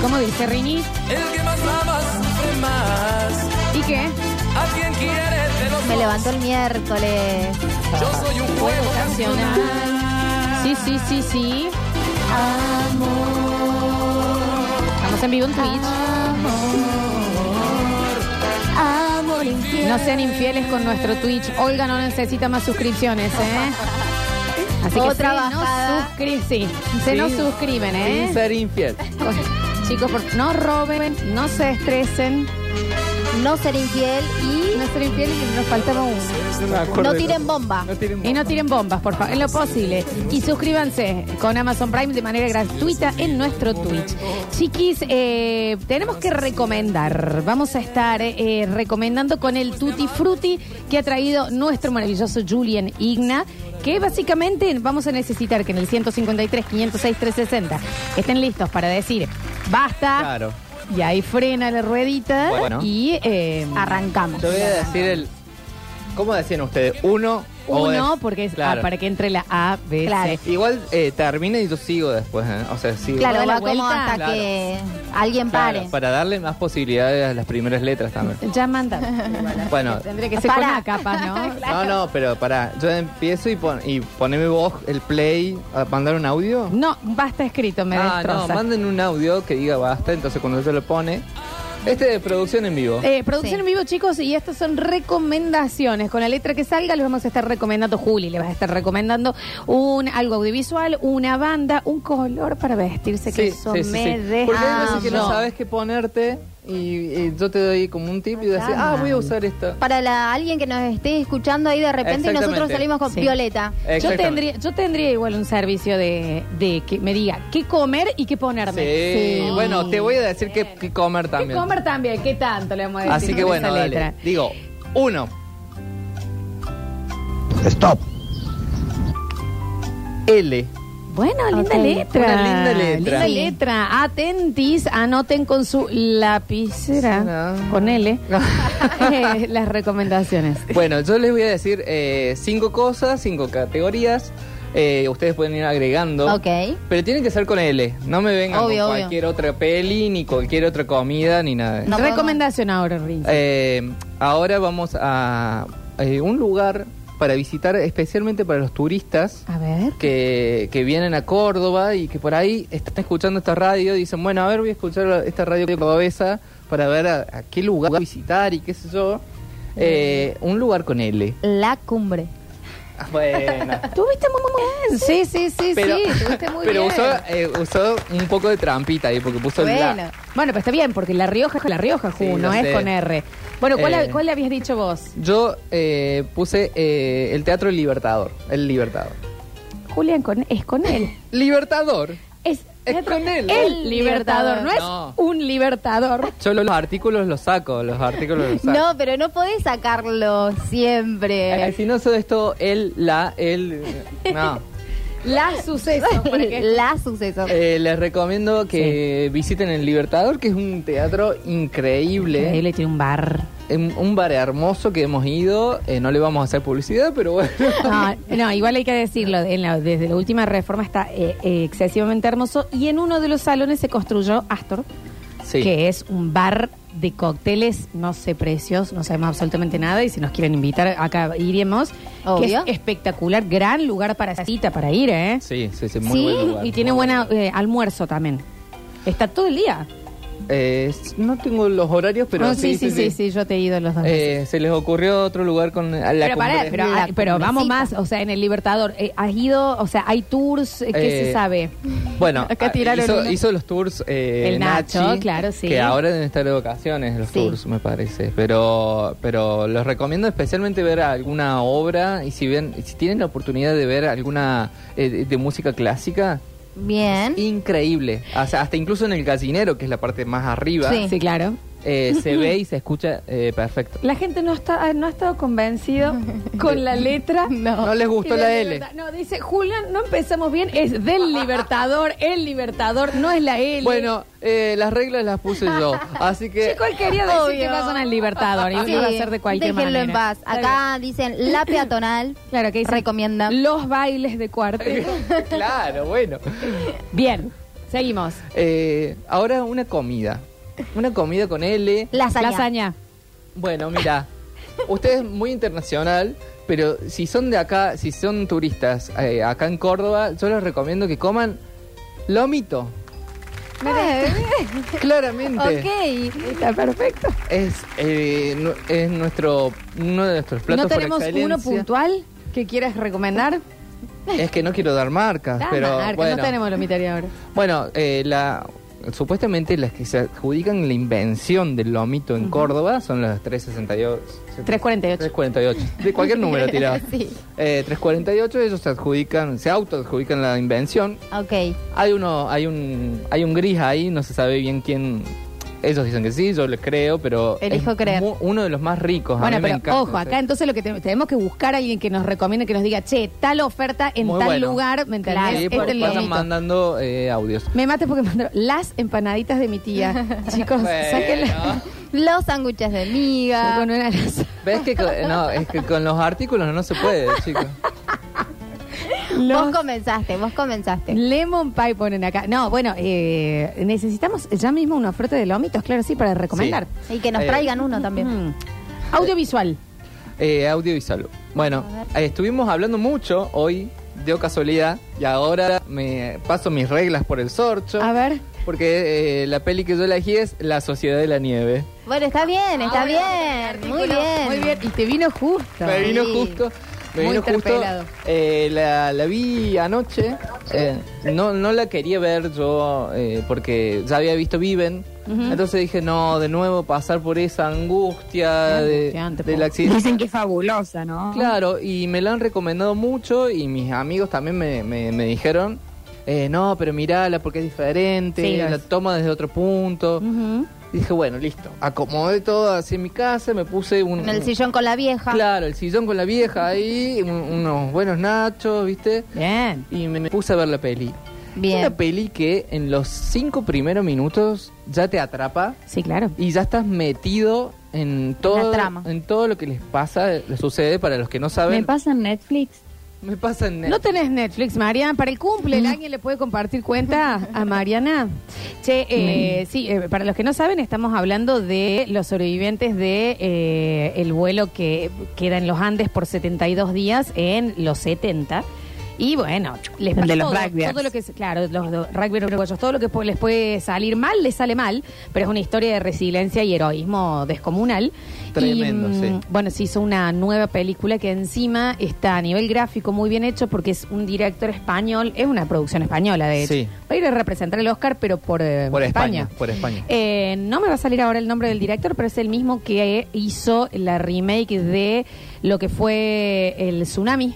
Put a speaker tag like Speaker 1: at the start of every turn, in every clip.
Speaker 1: como dice Rini.
Speaker 2: El que más ama sufre más.
Speaker 1: ¿Y qué?
Speaker 2: A quien quiere te lo
Speaker 3: Me levantó el miércoles.
Speaker 2: Yo soy un
Speaker 1: Fuego
Speaker 2: juego
Speaker 1: cancional. Sí, sí, sí, sí. Estamos en vivo en Twitch.
Speaker 3: Amor
Speaker 1: No sean infieles con nuestro Twitch. Olga no necesita más suscripciones, ¿eh? Así que
Speaker 3: Otra
Speaker 1: se
Speaker 3: bajada.
Speaker 1: no suscriben, sí. Se
Speaker 4: Sin-
Speaker 1: no suscriben, ¿eh?
Speaker 4: Sin ser infiel.
Speaker 1: Chicos, por- no roben, no se estresen.
Speaker 3: No ser infiel y
Speaker 1: No ser infieles y nos faltaba uno.
Speaker 4: No me acuerdo
Speaker 3: no
Speaker 4: de-
Speaker 3: tiren bomba.
Speaker 4: No tiren
Speaker 1: Y no tiren bombas, por favor, en lo posible. Y suscríbanse con Amazon Prime de manera gratuita en nuestro Twitch. Chiquis, eh, tenemos que recomendar. Vamos a estar eh, recomendando con el Tutti Frutti que ha traído nuestro maravilloso Julian Igna. Que básicamente vamos a necesitar que en el 153, 506, 360 estén listos para decir basta.
Speaker 4: Claro.
Speaker 1: Y ahí frena la ruedita
Speaker 4: Bueno.
Speaker 1: y eh, arrancamos.
Speaker 4: Yo voy a decir el. ¿Cómo decían ustedes? Uno. o
Speaker 1: Uno,
Speaker 4: es-
Speaker 1: porque es
Speaker 4: Claro.
Speaker 1: ah, para que entre la A, B,
Speaker 3: Claro.
Speaker 1: C.
Speaker 4: Igual eh, termina y yo sigo después, ¿eh? O sea, sigo.
Speaker 3: Claro,
Speaker 1: da la
Speaker 3: va como
Speaker 1: vuelta.
Speaker 3: hasta
Speaker 4: Claro.
Speaker 3: que alguien
Speaker 4: Claro,
Speaker 3: pare.
Speaker 4: para darle más posibilidades a las primeras letras también.
Speaker 1: Ya manda.
Speaker 4: Bueno,
Speaker 1: Tendría que ser
Speaker 3: Pará.
Speaker 1: con la capa, ¿no?
Speaker 4: no, no, pero pará. Yo empiezo y, pon, y poneme vos el play a mandar un audio.
Speaker 1: No, basta escrito, me
Speaker 4: ah, no,
Speaker 1: destroza.
Speaker 4: manden un audio que diga basta, entonces cuando se lo pone. Este de producción en vivo.
Speaker 1: Eh, producción
Speaker 3: Sí.
Speaker 1: en vivo, chicos, y estas son recomendaciones. Con la letra que salga, les vamos a estar recomendando, Juli, le vas a estar recomendando un algo audiovisual, una banda, un color para vestirse, que eso me
Speaker 4: Porque hay veces que no
Speaker 1: desarma.
Speaker 4: sabes qué ponerte y, y yo te doy como un tip y decís, ah, voy a usar esto.
Speaker 3: Para la, alguien que nos esté escuchando ahí de repente y nosotros
Speaker 4: Exactamente.
Speaker 3: salimos con
Speaker 1: Sí.
Speaker 3: Violeta.
Speaker 1: Yo
Speaker 4: Exactamente.
Speaker 1: tendría, yo tendría igual un servicio de, de que me diga qué comer y qué ponerme.
Speaker 4: Sí, bueno, te voy a decir qué, qué comer
Speaker 1: ¿Qué
Speaker 4: también.
Speaker 1: comer también? ¿Qué tanto le vamos a decir
Speaker 4: Así que
Speaker 1: con
Speaker 4: bueno,
Speaker 1: esa
Speaker 4: dale.
Speaker 1: letra?
Speaker 4: Digo, uno.
Speaker 5: Stop.
Speaker 4: L.
Speaker 1: Bueno, linda
Speaker 3: Ok.
Speaker 1: letra.
Speaker 4: Una linda letra.
Speaker 1: Linda
Speaker 3: Sí.
Speaker 1: letra. Atentis, anoten con su lapicera.
Speaker 4: No.
Speaker 1: Ponele. eh, las recomendaciones.
Speaker 4: Bueno, yo les voy a decir eh, cinco cosas, cinco categorías. Eh, ustedes pueden ir agregando.
Speaker 3: Ok.
Speaker 4: Pero tiene que ser con L. No me vengan
Speaker 3: Obvio,
Speaker 4: con
Speaker 3: obvio.
Speaker 4: cualquier otra peli, ni cualquier otra comida, ni nada. de
Speaker 3: No podemos-
Speaker 1: Recomendación ahora, Riz.
Speaker 4: Eh, ahora vamos a eh, un lugar para visitar especialmente para los turistas
Speaker 1: A ver.
Speaker 4: que, que vienen a Córdoba y que por ahí están escuchando esta radio, dicen, bueno, a ver, voy a escuchar esta radio cordobesa para ver a, a qué lugar visitar y qué sé yo. Eh, un lugar con L.
Speaker 3: La cumbre.
Speaker 4: Ah, Bueno.
Speaker 1: Tuviste muy, muy bien. Sí, sí, sí,
Speaker 4: Pero,
Speaker 1: sí. Tuviste muy
Speaker 4: pero
Speaker 1: bien.
Speaker 4: usó, eh, usó un poco de trampita ahí porque puso el
Speaker 1: Bueno.
Speaker 4: la.
Speaker 1: Bueno, pero está bien, porque La Rioja es La Rioja, Ju,
Speaker 4: Sí,
Speaker 1: no
Speaker 4: lo
Speaker 1: es
Speaker 4: sé.
Speaker 1: con R. Bueno, ¿cuál,
Speaker 4: Eh.
Speaker 1: cuál le habías dicho vos?
Speaker 4: Yo eh, puse eh, el Teatro Libertador. El Libertador.
Speaker 1: Julián con, es con él.
Speaker 4: Libertador.
Speaker 1: Es,
Speaker 4: Es con él.
Speaker 1: El libertador, no es
Speaker 4: No.
Speaker 1: un libertador.
Speaker 4: Yo los artículos los saco, los artículos los saco.
Speaker 3: No, pero no podés sacarlo siempre.
Speaker 4: Eh, si no soy esto, él, la, él. No.
Speaker 1: La suceso. para que-
Speaker 3: La suceso.
Speaker 4: Eh, les recomiendo que visiten el Libertador, que es un teatro increíble.
Speaker 1: Increíble, tiene un bar.
Speaker 4: En un bar hermoso que hemos ido. Eh, no le vamos a hacer publicidad, pero bueno.
Speaker 1: No, no, igual hay que decirlo, en la- desde la última reforma está eh, eh, excesivamente hermoso y en uno de los salones se construyó Astor,
Speaker 4: Sí.
Speaker 1: que es un bar de cócteles, no sé precios, no sabemos absolutamente nada y si nos quieren invitar acá iríamos, que
Speaker 3: Obvio.
Speaker 1: es espectacular, gran lugar para cita, para ir, ¿eh?
Speaker 4: Sí, sí, sí, muy
Speaker 3: Sí,
Speaker 4: buen lugar.
Speaker 1: Y tiene
Speaker 4: Muy
Speaker 1: buen
Speaker 4: buen lugar.
Speaker 1: almuerzo también. Está todo el día.
Speaker 4: Eh, no tengo los horarios, pero
Speaker 1: No, Ah, sí, sí, sí, sí, yo te he ido los dos. veces.
Speaker 4: Eh, se les ocurrió otro lugar con a la
Speaker 1: pero pará,
Speaker 4: cumbre.
Speaker 1: pero,
Speaker 3: La
Speaker 1: ah, pero vamos más,
Speaker 3: cumbrecita.
Speaker 1: o sea, en el Libertador, eh, ¿has ido? O sea, ¿hay tours? Eh, ¿Qué
Speaker 4: Eh,
Speaker 1: se sabe?
Speaker 4: Bueno,
Speaker 1: Acá
Speaker 4: ah,
Speaker 1: tiraron
Speaker 4: hizo,
Speaker 1: uno.
Speaker 4: hizo los tours eh,
Speaker 1: El Nacho,
Speaker 4: Nachi,
Speaker 1: claro, sí.
Speaker 4: Que ahora deben estar de vacaciones los
Speaker 3: Sí.
Speaker 4: tours, me parece. Pero pero los recomiendo especialmente ver alguna obra y si ven si tienen la oportunidad de ver alguna eh, de, de música clásica,
Speaker 3: Bien.
Speaker 4: increíble. O sea, hasta incluso en el gallinero, que es la parte más arriba,
Speaker 3: Sí.
Speaker 1: Sí, claro.
Speaker 4: eh, se ve y se escucha eh, perfecto.
Speaker 1: La gente no está ah, no ha estado convencido con la letra.
Speaker 4: No, les gustó
Speaker 1: Y de
Speaker 4: la L.
Speaker 1: libertad- No, dice, Julián, no empezamos bien, es del Libertador, el Libertador, no es la L.
Speaker 4: Bueno, eh, las reglas las puse yo, así que
Speaker 1: Chico, él quería decir
Speaker 3: Obvio.
Speaker 1: que pasan al Libertador y
Speaker 3: Sí,
Speaker 1: uno va a ser de cualquier
Speaker 3: déjenlo
Speaker 1: manera.
Speaker 3: en paz.
Speaker 1: Está
Speaker 3: Acá dicen la peatonal.
Speaker 1: bien. Claro, que dice,
Speaker 3: Recomienda.
Speaker 1: Los bailes de cuarto.
Speaker 4: claro, bueno.
Speaker 1: Bien. Seguimos.
Speaker 4: Eh, ahora una comida. Una comida con L.
Speaker 3: Lasaña.
Speaker 1: Lasaña.
Speaker 4: Bueno, mira, usted es muy internacional, pero si son de acá, si son turistas eh, acá en Córdoba, yo les recomiendo que coman lomito, claramente.
Speaker 3: ok.
Speaker 1: Está perfecto.
Speaker 4: Es, eh, nu- es nuestro, uno de nuestros platos
Speaker 1: ¿No
Speaker 4: por
Speaker 1: tenemos uno
Speaker 4: excelencia.
Speaker 1: puntual que quieras recomendar?
Speaker 4: Es que no quiero dar marcas,
Speaker 1: Da,
Speaker 4: Ah, pero
Speaker 1: Marca,
Speaker 4: bueno.
Speaker 1: No tenemos lomitería ahora.
Speaker 4: Bueno, eh, la, supuestamente las que se adjudican la invención del lomito en Córdoba son las 368.
Speaker 1: 348.
Speaker 4: 348. De cualquier número tirado.
Speaker 3: Sí.
Speaker 4: Eh, 348 ellos se adjudican, se autoadjudican la invención.
Speaker 3: Ok.
Speaker 4: Hay uno, hay un, hay un gris ahí, no se sabe bien quién. Ellos dicen que sí, yo les creo, pero
Speaker 3: Elijo
Speaker 4: es
Speaker 3: creer.
Speaker 4: mu- uno de los más ricos. a
Speaker 1: Bueno,
Speaker 4: mí me
Speaker 1: pero
Speaker 4: encanta
Speaker 1: ojo,
Speaker 4: ese.
Speaker 1: acá entonces lo que tenemos, tenemos que buscar a alguien que nos recomiende, que nos diga, che, tal oferta en
Speaker 4: Muy
Speaker 1: tal
Speaker 4: bueno.
Speaker 1: lugar, ¿me entendés?
Speaker 3: Claro,
Speaker 4: Sí,
Speaker 1: Este
Speaker 4: por-
Speaker 1: es el
Speaker 4: pasan
Speaker 1: lomito.
Speaker 4: mandando eh, audios.
Speaker 1: Me mates porque mandaron las empanaditas de mi tía. Chicos, sáquenla.
Speaker 4: Bueno.
Speaker 3: Los sándwiches de miga.
Speaker 1: Con una lasa.
Speaker 4: ¿Ves que con, no, es que con los artículos no se puede, chicos?
Speaker 3: Vos comenzaste, vos comenzaste.
Speaker 1: Lemon pie ponen acá. No, bueno, eh, necesitamos ya mismo una oferta de lomitos, claro, sí, para recomendar.
Speaker 4: Sí.
Speaker 3: Y que nos
Speaker 4: Eh,
Speaker 3: traigan uno también.
Speaker 1: Mm. Audiovisual.
Speaker 4: Eh, audio y salud. Bueno, eh, estuvimos hablando mucho hoy, de casualidad, y ahora me paso mis reglas por el sorcho.
Speaker 1: A ver.
Speaker 4: Porque eh, la peli que yo elegí es La Sociedad de la Nieve.
Speaker 3: Bueno, está bien, está
Speaker 1: Ah, bueno,
Speaker 3: bien. Muy
Speaker 1: Artículo.
Speaker 3: bien.
Speaker 1: Muy bien. Y te vino justo.
Speaker 4: Me vino
Speaker 3: Sí.
Speaker 4: justo. Me
Speaker 1: Muy
Speaker 4: vino justo.
Speaker 1: interpelado.
Speaker 4: eh, la, la vi anoche. eh, no, no la quería ver yo eh, porque ya había visto Viven. Entonces dije, no, de nuevo pasar por esa angustia
Speaker 1: Qué
Speaker 4: de,
Speaker 1: angustiante,
Speaker 4: del
Speaker 1: po.
Speaker 4: accidente.
Speaker 5: que es fabulosa, ¿no?
Speaker 4: Claro, y me la han recomendado mucho y mis amigos también me, me- me dijeron, eh, no, pero mirala porque es diferente,
Speaker 1: Sí, lo
Speaker 4: la
Speaker 1: es.
Speaker 4: toma desde otro punto.
Speaker 1: Ujú.
Speaker 4: Dije, bueno, listo. Acomodé todo así en mi casa, me puse un...
Speaker 3: En el sillón con la vieja.
Speaker 4: Claro, el sillón con la vieja ahí, un- unos buenos nachos, ¿viste?
Speaker 1: Bien.
Speaker 4: Y me, me puse a ver la peli. Una
Speaker 3: Bien.
Speaker 4: peli que en los cinco primeros minutos ya te atrapa
Speaker 1: Sí, claro.
Speaker 4: y ya estás metido en todo,
Speaker 3: trama.
Speaker 4: en todo lo que les pasa, les sucede para los que no saben.
Speaker 5: Me pasa en Netflix.
Speaker 4: Me pasa en
Speaker 1: No tenés Netflix, Mariana. Para el cumple,
Speaker 4: Mm.
Speaker 1: ¿alguien le puede compartir cuenta a Mariana? Che, eh,
Speaker 4: Mm.
Speaker 1: sí, eh, para los que no saben, estamos hablando de los sobrevivientes de eh, el vuelo que queda en los Andes por 72 días en los 70. Y bueno, les
Speaker 5: El
Speaker 1: pasa
Speaker 5: de los
Speaker 1: todo,
Speaker 5: rugbyers.
Speaker 1: todo lo que se- claro, los, los rugbyers uruguayos, todo lo que po- les puede salir mal, les sale mal, pero es una historia de resiliencia y heroísmo descomunal.
Speaker 4: Tremendo,
Speaker 1: Y, mm,
Speaker 4: sí.
Speaker 1: bueno, se hizo una nueva película que encima está a nivel gráfico muy bien hecho porque es un director español, es una producción española de hecho.
Speaker 4: Sí.
Speaker 1: Va a ir a representar el Oscar, pero por, eh,
Speaker 4: Por España, por España.
Speaker 1: Eh, no me va a salir ahora el nombre del director, pero es el mismo que hizo la remake de lo que fue el tsunami,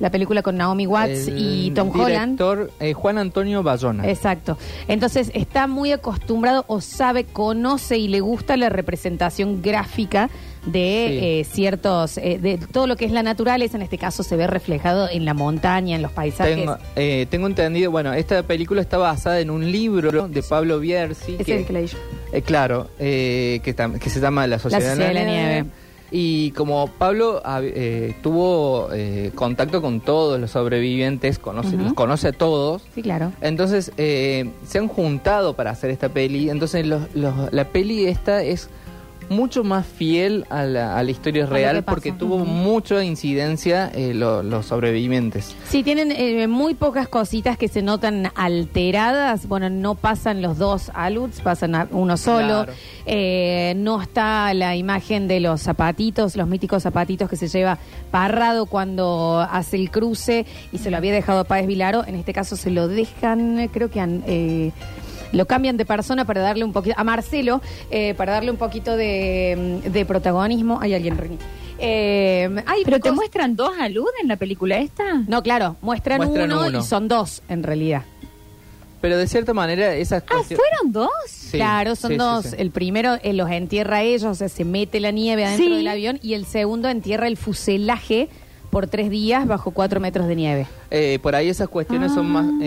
Speaker 1: la película con Naomi Watts
Speaker 4: El
Speaker 1: y Tom Holland.
Speaker 4: director, eh, Juan Antonio Bayona.
Speaker 1: Exacto. Entonces está muy acostumbrado o sabe, conoce y le gusta la representación gráfica de
Speaker 4: Sí.
Speaker 1: eh, ciertos, eh, de todo lo que es la naturaleza. En este caso se ve reflejado en la montaña, en los paisajes.
Speaker 4: Tengo, eh, tengo entendido, bueno, esta película está basada en un libro de Pablo Bierzi.
Speaker 1: Es el que leí yo.
Speaker 4: Eh, claro, eh, que, tam- que se llama La Sociedad,
Speaker 1: Sociedad
Speaker 4: de la, Nieve. Y como Pablo ah, eh, tuvo eh, contacto con todos los sobrevivientes, conoce,
Speaker 1: Ujú.
Speaker 4: los conoce a todos,
Speaker 1: Sí, claro.
Speaker 4: entonces eh, se han juntado para hacer esta peli. Entonces los- los- la peli esta es mucho más fiel a la, a la historia
Speaker 1: lo que
Speaker 4: real
Speaker 1: pasa.
Speaker 4: porque tuvo mucha incidencia eh, lo- los sobrevivientes.
Speaker 1: Sí, tienen eh, muy pocas cositas que se notan alteradas. Bueno, no pasan los dos aluts, pasan a uno solo.
Speaker 4: Claro.
Speaker 1: Eh, no está la imagen de los zapatitos, los míticos zapatitos que se lleva Parrado cuando hace el cruce y se lo había dejado a Páez Vilaro. En este caso se lo dejan, eh, creo que han... eh, lo cambian de persona para darle un poquito, a Marcelo, eh, para darle un poquito de, de protagonismo. Hay alguien, Rini. Eh, hay
Speaker 5: ¿Pero te
Speaker 1: cosas-
Speaker 5: muestran dos a Luz en la película esta?
Speaker 1: no, claro, muestran,
Speaker 4: Muestran
Speaker 1: uno,
Speaker 4: uno.
Speaker 1: y son dos en realidad.
Speaker 4: Pero de cierta manera esas
Speaker 5: Ah,
Speaker 4: cuestiones-
Speaker 5: ¿fueron dos?
Speaker 4: Sí,
Speaker 1: claro, son
Speaker 4: sí, sí,
Speaker 1: dos.
Speaker 4: sí.
Speaker 1: El primero eh, los entierra a ellos, o sea, se mete la nieve adentro
Speaker 5: Sí.
Speaker 1: del avión y el segundo entierra el fuselaje por tres días bajo cuatro metros de nieve.
Speaker 4: Eh, por ahí esas cuestiones son más eh,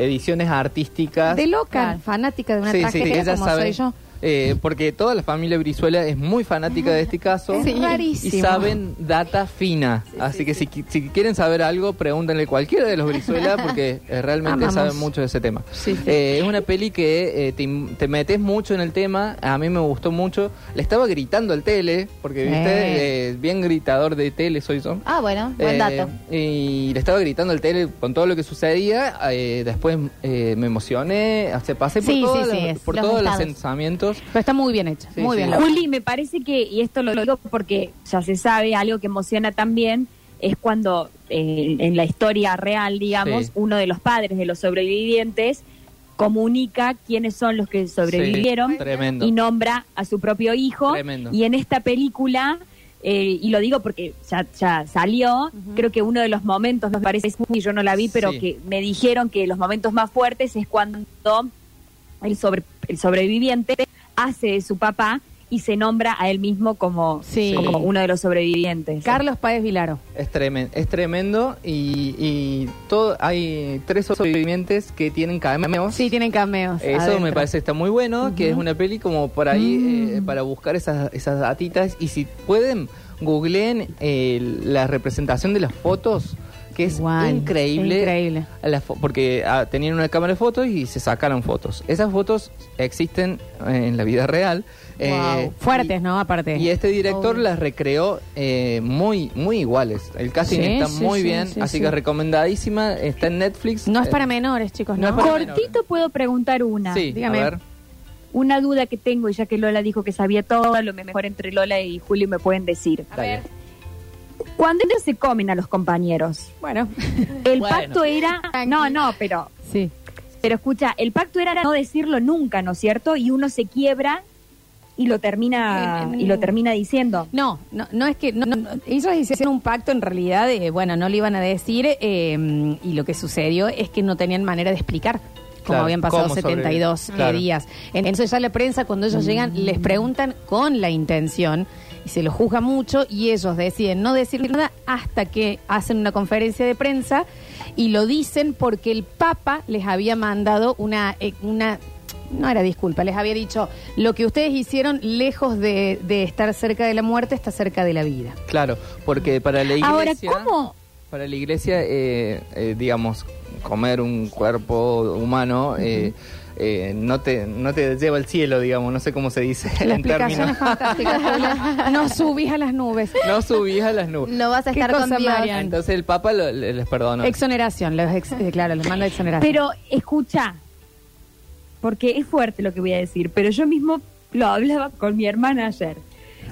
Speaker 4: eh, ediciones artísticas.
Speaker 1: De loca,
Speaker 5: Claro.
Speaker 1: fanática Ah. de una
Speaker 4: Sí, sí,
Speaker 1: tragedia
Speaker 4: ella
Speaker 1: como
Speaker 4: sabe.
Speaker 1: soy yo.
Speaker 4: eh, porque toda la familia Brizuela es muy fanática de este caso.
Speaker 1: Sí.
Speaker 4: Y
Speaker 1: Rarísimo.
Speaker 4: saben data fina. Así que si, qui- si quieren saber algo, pregúntenle cualquiera de los Brizuela porque eh, realmente
Speaker 1: Amamos.
Speaker 4: saben mucho de ese tema. Eh, es una peli que eh, te, im- te metes mucho en el tema. A mí me gustó mucho. Le estaba gritando al tele, porque viste,
Speaker 1: Eh.
Speaker 4: Eh, bien gritador de tele soy yo.
Speaker 3: Ah, bueno, buen
Speaker 4: Eh,
Speaker 3: dato.
Speaker 4: Y le estaba gritando al tele con todo lo que sucedía. eh, después eh, me emocioné. O sea, pasé por,
Speaker 1: Sí,
Speaker 4: todas
Speaker 1: sí, sí,
Speaker 4: las-
Speaker 1: es,
Speaker 4: por
Speaker 3: los
Speaker 4: todos los
Speaker 3: estados.
Speaker 4: sensamientos.
Speaker 1: Pero está muy bien hecha,
Speaker 4: Sí,
Speaker 1: muy
Speaker 4: sí.
Speaker 1: bien. lograda.
Speaker 5: Juli, me parece que, y esto lo digo porque ya se sabe, algo que emociona también es cuando eh, en la historia real, digamos,
Speaker 4: Sí.
Speaker 5: uno de los padres de los sobrevivientes comunica quiénes son los que sobrevivieron
Speaker 4: Sí, tremendo.
Speaker 5: y nombra a su propio hijo.
Speaker 4: Tremendo.
Speaker 5: Y en esta película, eh, y lo digo porque ya, ya salió, creo que uno de los momentos, me parece, y yo no la vi, pero
Speaker 4: Sí.
Speaker 5: que me dijeron que los momentos más fuertes es cuando el, sobre, el sobreviviente hace de su papá y se nombra a él mismo como,
Speaker 1: Sí.
Speaker 5: como uno de los sobrevivientes.
Speaker 1: Carlos Páez Vilaro.
Speaker 4: Es tremendo, es tremendo y, y todo, hay tres sobrevivientes que tienen cameos.
Speaker 1: Sí, tienen cameos.
Speaker 4: Eso me
Speaker 1: adentro. Mm.
Speaker 4: parece que está muy bueno, que es una peli como por ahí, eh, para buscar esas, esas datitas. Y si pueden, googleen eh, la representación de las fotos, que es
Speaker 1: Igual,
Speaker 4: increíble.
Speaker 1: increíble.
Speaker 4: Las fo- porque ah, tenían una cámara de fotos y se sacaron fotos. Esas fotos existen eh, en la vida real. eh,
Speaker 1: Wow. Fuertes,
Speaker 4: y-
Speaker 1: ¿no? Aparte.
Speaker 4: y este director
Speaker 1: Obvio.
Speaker 4: las recreó eh, muy muy iguales. El casting
Speaker 1: Sí,
Speaker 4: está
Speaker 1: sí,
Speaker 4: muy
Speaker 1: sí,
Speaker 4: bien,
Speaker 1: sí,
Speaker 4: así
Speaker 1: sí.
Speaker 4: que recomendadísima. Está en Netflix.
Speaker 1: No es
Speaker 4: Eh,
Speaker 1: para menores, chicos,
Speaker 4: no
Speaker 1: ¿no?
Speaker 4: es para menores.
Speaker 5: Cortito puedo preguntar una.
Speaker 4: Sí,
Speaker 1: Dígame.
Speaker 4: a ver.
Speaker 5: Una duda que tengo, y ya que Lola dijo que sabía todo, a lo mejor entre Lola y Julio me pueden decir.
Speaker 4: dale.
Speaker 5: Cuando ellos se comen a los compañeros,
Speaker 1: Bueno,
Speaker 5: el
Speaker 4: Bueno.
Speaker 5: pacto era... No, no, pero...
Speaker 1: sí.
Speaker 5: Pero escucha, el pacto era no decirlo nunca, ¿no es cierto? Y uno se quiebra y lo termina,
Speaker 1: En- en-
Speaker 5: y lo termina diciendo.
Speaker 1: No, no, no es que no, no, no. ellos hicieron un pacto en realidad, de, bueno, no le iban a decir eh, y lo que sucedió es que no tenían manera de explicar cómo
Speaker 4: Claro,
Speaker 1: habían pasado
Speaker 4: cómo sobrevivir.
Speaker 1: 72 eh,
Speaker 4: Claro.
Speaker 1: días. Entonces ya la prensa cuando ellos llegan les preguntan con la intención y se lo juzga mucho y ellos deciden no decir nada hasta que hacen una conferencia de prensa y lo dicen porque el Papa les había mandado una... eh, una no era disculpa, les había dicho, lo que ustedes hicieron lejos de, de estar cerca de la muerte está cerca de la vida.
Speaker 4: Claro, porque para la iglesia.
Speaker 5: Ahora, ¿cómo?
Speaker 4: Para la iglesia, eh, eh, digamos, comer un cuerpo humano eh, eh, no, te, no te lleva al cielo, digamos, no sé cómo se dice
Speaker 1: La
Speaker 4: en
Speaker 1: explicación
Speaker 4: términos.
Speaker 1: es fantástica. Paula. No subís a las nubes.
Speaker 4: No subís a las nubes.
Speaker 3: No vas a
Speaker 1: ¿Qué
Speaker 3: estar con
Speaker 1: cosa,
Speaker 3: Dios.
Speaker 1: Marian?
Speaker 4: Entonces el Papa lo- le- les perdonó.
Speaker 1: Exoneración, los ex- eh, claro, los manda exoneración.
Speaker 5: Pero escucha, porque es fuerte lo que voy a decir, pero yo mismo lo hablaba con mi hermana ayer.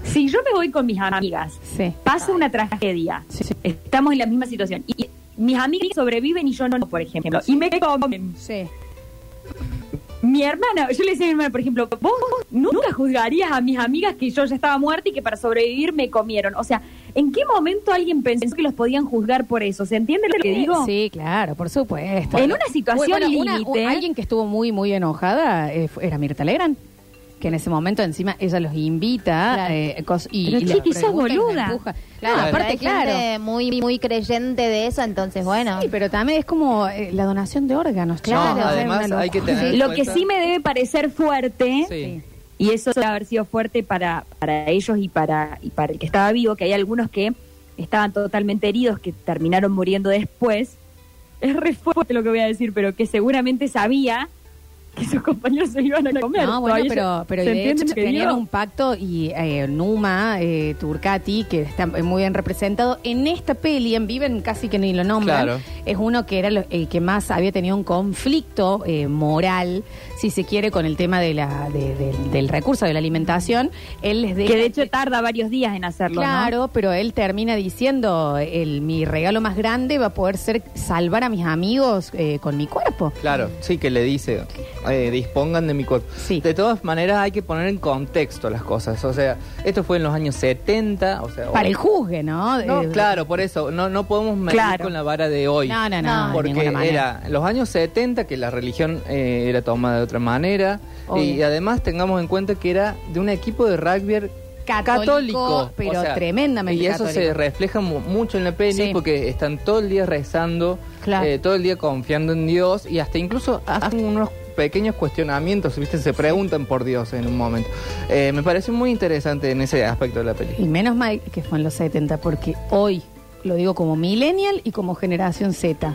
Speaker 5: Si yo me voy con mis amigas,
Speaker 1: Sí.
Speaker 5: pasa una tragedia,
Speaker 1: Sí, sí.
Speaker 5: estamos en la misma situación, y, y mis amigas sobreviven y yo no, por ejemplo, y me comen.
Speaker 1: Sí.
Speaker 5: Mi hermana, yo le decía a mi hermana, por ejemplo, vos nunca juzgarías a mis amigas que yo ya estaba muerta y que para sobrevivir me comieron. O sea, ¿en qué momento alguien pensó que los podían juzgar por eso? ¿Se entiende lo que digo?
Speaker 1: Sí, claro, por supuesto.
Speaker 5: En una situación
Speaker 1: Bueno, una-
Speaker 5: límite.
Speaker 1: alguien que estuvo muy, muy enojada eh, fue- era Mirta Legrand. Que en ese momento, encima, ella los invita.
Speaker 3: Claro.
Speaker 1: eh, cos- y,
Speaker 5: Pero
Speaker 1: y les
Speaker 5: chiqui, sos
Speaker 1: pregunta y les
Speaker 5: boluda.
Speaker 1: empuja.
Speaker 3: Claro,
Speaker 1: No,
Speaker 3: pero
Speaker 1: aparte,
Speaker 3: hay
Speaker 1: claro.
Speaker 3: gente muy, muy creyente de eso, entonces bueno.
Speaker 1: Sí, pero también es como eh, la donación de órganos.
Speaker 3: Claro,
Speaker 1: chicos, es
Speaker 4: además
Speaker 1: una
Speaker 4: hay que
Speaker 1: locura.
Speaker 4: tener-
Speaker 5: Lo que sí me debe parecer fuerte,
Speaker 4: Sí.
Speaker 5: y eso debe haber sido fuerte para, para ellos y para, y para el que estaba vivo, que hay algunos que estaban totalmente heridos, que terminaron muriendo después. Es re fuerte lo que voy a decir, pero que seguramente sabía que sus compañeros se iban a comer.
Speaker 1: No, bueno,
Speaker 5: Todavía
Speaker 1: pero, pero
Speaker 5: ¿se
Speaker 1: de
Speaker 5: entiende
Speaker 1: hecho
Speaker 5: lo que
Speaker 1: tenían
Speaker 5: digo?
Speaker 1: un pacto y eh, Numa, eh, Turcati, que está muy bien representado en esta peli, en Viven casi que ni lo nombran,
Speaker 4: Claro.
Speaker 1: es uno que era lo- el que más había tenido un conflicto eh, moral, si se quiere, con el tema de la, de- de- del recurso de la alimentación. Él les
Speaker 5: Que de hecho tarda varios días en hacerlo. ¿no?
Speaker 1: Claro, pero él termina diciendo, el, mi regalo más grande va a poder ser salvar a mis amigos eh, con mi cuerpo.
Speaker 4: Claro, sí, que le dice, eh, dispongan de mi cuerpo.
Speaker 1: Sí.
Speaker 4: De todas maneras, hay que poner en contexto las cosas. O sea, esto fue en los años 70. O sea,
Speaker 1: Para el juzgue, ¿no?
Speaker 4: No,
Speaker 1: Eh,
Speaker 4: claro, por eso. No, no podemos medir
Speaker 5: Claro.
Speaker 4: con la vara de hoy.
Speaker 1: No, no, no,
Speaker 3: No,
Speaker 1: de
Speaker 4: Porque
Speaker 1: ninguna manera.
Speaker 4: era los años 70 que la religión eh, era tomada de otra manera.
Speaker 1: Obvio.
Speaker 4: Y además tengamos en cuenta que era de un equipo de rugby
Speaker 1: Católico,
Speaker 4: católico.
Speaker 1: pero tremendamente
Speaker 4: Y eso
Speaker 1: católico.
Speaker 4: se refleja mu- mucho en la peli
Speaker 1: Sí.
Speaker 4: porque están todo el día rezando,
Speaker 1: Claro. Ah.
Speaker 4: eh, todo el día confiando en Dios y hasta incluso hacen unos pequeños cuestionamientos, ¿viste? Se preguntan por Dios en un momento. Eh, me pareció muy interesante en ese aspecto de la
Speaker 1: Y
Speaker 4: película.
Speaker 1: menos mal que fue en los 70, porque hoy, lo digo como millennial y como generación Z,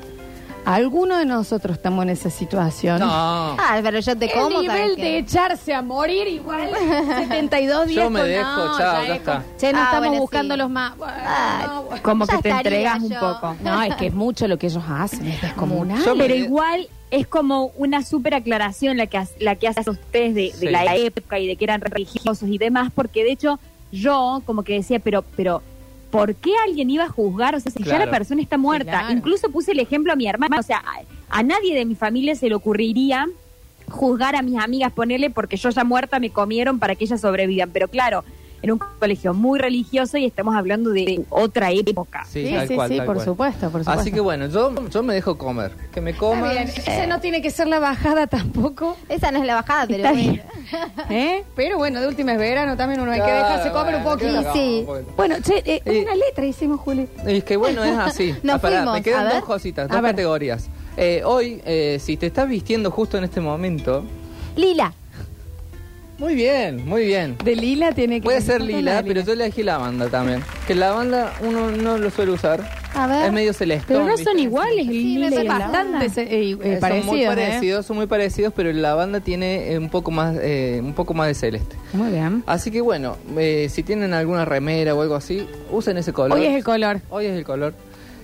Speaker 1: ¿alguno de nosotros estamos en esa situación?
Speaker 4: No.
Speaker 3: Ah, pero yo te
Speaker 1: El
Speaker 3: como.
Speaker 1: nivel
Speaker 3: ¿sabes qué?
Speaker 1: de echarse a morir igual 72 días
Speaker 4: Yo me
Speaker 1: con-
Speaker 4: dejo,
Speaker 1: no,
Speaker 4: chao, ya
Speaker 1: es
Speaker 4: está.
Speaker 1: como- che, no
Speaker 3: Ah,
Speaker 1: estamos
Speaker 3: bueno,
Speaker 1: buscando
Speaker 3: sí.
Speaker 1: los más bueno,
Speaker 3: Ah,
Speaker 1: no, bueno.
Speaker 5: Como
Speaker 3: Ya
Speaker 5: que te
Speaker 3: estaría
Speaker 5: entregas un
Speaker 3: yo.
Speaker 5: poco.
Speaker 1: No, es que es mucho lo que ellos hacen, es descomunal.
Speaker 4: Yo me-
Speaker 5: Pero igual es como una súper aclaración la que, ha- la que hacen ustedes de, de
Speaker 4: Sí.
Speaker 5: la época y de que eran religiosos y demás, porque de hecho yo como que decía, pero, pero, ¿por qué alguien iba a juzgar? O sea, si ya
Speaker 4: Claro.
Speaker 5: la persona está muerta.
Speaker 1: claro.
Speaker 5: Incluso puse el ejemplo a mi hermana, o sea, a, a nadie de mi familia se le ocurriría juzgar a mis amigas, ponerle porque yo ya muerta me comieron para que ellas sobrevivan. Pero claro, en un colegio muy religioso y estamos hablando de otra época.
Speaker 1: Sí,
Speaker 4: Sí,
Speaker 1: sí,
Speaker 4: tal
Speaker 1: sí,
Speaker 4: cual, tal
Speaker 1: por
Speaker 4: cual.
Speaker 1: supuesto, por supuesto.
Speaker 4: Así que bueno, yo, yo me dejo comer. Que me
Speaker 1: Está
Speaker 4: coman.
Speaker 1: bien, esa no tiene que ser la bajada tampoco.
Speaker 3: Esa no es la bajada, pero
Speaker 1: Está
Speaker 3: bueno.
Speaker 1: bien. ¿Eh? Pero bueno, de última es verano, también uno hay que
Speaker 4: Claro,
Speaker 1: dejarse comer un
Speaker 4: bueno,
Speaker 1: poquito.
Speaker 4: claro,
Speaker 3: Sí.
Speaker 4: un poquito.
Speaker 1: Bueno, che, eh,
Speaker 4: Y-
Speaker 1: una letra hicimos, Juli.
Speaker 4: Y es que bueno, es así. Ah,
Speaker 3: Nos
Speaker 4: pará,
Speaker 3: fuimos,
Speaker 4: me quedan
Speaker 3: a ver.
Speaker 4: dos cositas,
Speaker 1: A
Speaker 4: dos
Speaker 1: ver.
Speaker 4: categorías. Eh, hoy, eh, si te estás vistiendo justo en este momento,
Speaker 3: Lila.
Speaker 4: muy bien, muy bien.
Speaker 1: De lila tiene que
Speaker 4: Puede ser
Speaker 1: no, no,
Speaker 4: lila,
Speaker 1: no,
Speaker 4: pero yo le dejé la banda también. Que la banda uno no lo suele usar.
Speaker 3: A ver.
Speaker 4: Es medio celeste.
Speaker 5: Pero no son iguales, el
Speaker 1: Sí, me
Speaker 5: Lila y
Speaker 1: parece
Speaker 5: el
Speaker 1: bastante se- eh, eh,
Speaker 4: son muy
Speaker 1: parecido, ¿eh?
Speaker 4: parecidos, son muy parecidos, pero la banda tiene eh, un poco más, eh, un poco más de celeste.
Speaker 1: Muy bien.
Speaker 4: Así que bueno, eh, si tienen alguna remera o algo así, usen ese color.
Speaker 1: Hoy es el color.
Speaker 4: Hoy es el color.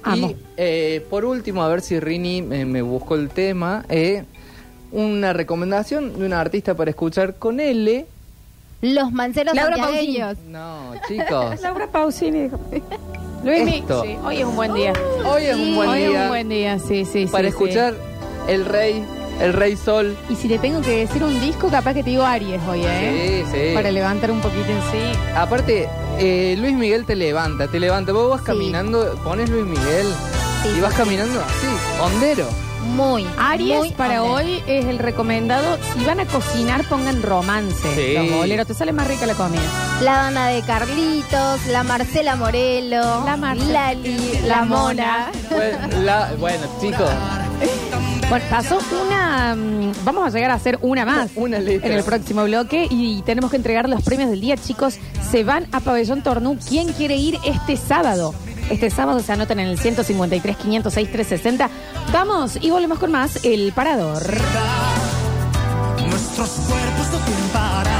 Speaker 1: Amo.
Speaker 4: Y eh, por último, a ver si Rini eh, me buscó el tema. eh, una recomendación de una artista para escuchar con L.
Speaker 3: Los manceros
Speaker 1: Laura
Speaker 3: santiagueños.
Speaker 4: No, chicos.
Speaker 1: Laura Pausini. Luis,
Speaker 4: Esto.
Speaker 1: sí, hoy es un buen día.
Speaker 4: Hoy es un buen
Speaker 1: hoy es un
Speaker 4: día
Speaker 1: buen día, sí, sí. sí,
Speaker 4: para
Speaker 1: sí.
Speaker 4: escuchar El Rey, El Rey Sol.
Speaker 1: Y si te tengo que decir un disco, capaz que te digo Aries hoy, ¿eh?
Speaker 4: Sí, sí.
Speaker 1: Para levantar un poquito en sí.
Speaker 4: Aparte, eh, Luis Miguel te levanta, te levanta. Vos vas
Speaker 3: Sí.
Speaker 4: caminando, pones Luis Miguel
Speaker 3: Sí,
Speaker 4: y vas
Speaker 3: sí,
Speaker 4: caminando así, hondero.
Speaker 3: Muy.
Speaker 1: Aries
Speaker 3: muy
Speaker 1: para
Speaker 3: honesto.
Speaker 1: hoy es el recomendado. Si van a cocinar, pongan romance.
Speaker 4: Sí.
Speaker 1: Los boleros, te sale más rica la comida.
Speaker 3: La banda de Carlitos, la Marcela Morelo,
Speaker 1: La Marcela.
Speaker 3: Lali, la Mona.
Speaker 4: Bueno, Pues, la- bueno, chicos,
Speaker 1: Bueno, pasó una. mm, Vamos a llegar a hacer una más.
Speaker 4: Una letra.
Speaker 1: En el próximo bloque y tenemos que entregar los premios del día, chicos. Se van a Pabellón Tornú. ¿Quién quiere ir este sábado? Este sábado se anotan en el 153 506 360. Vamos y volvemos con más El Parador.
Speaker 2: Nuestros cuerpos no tienen para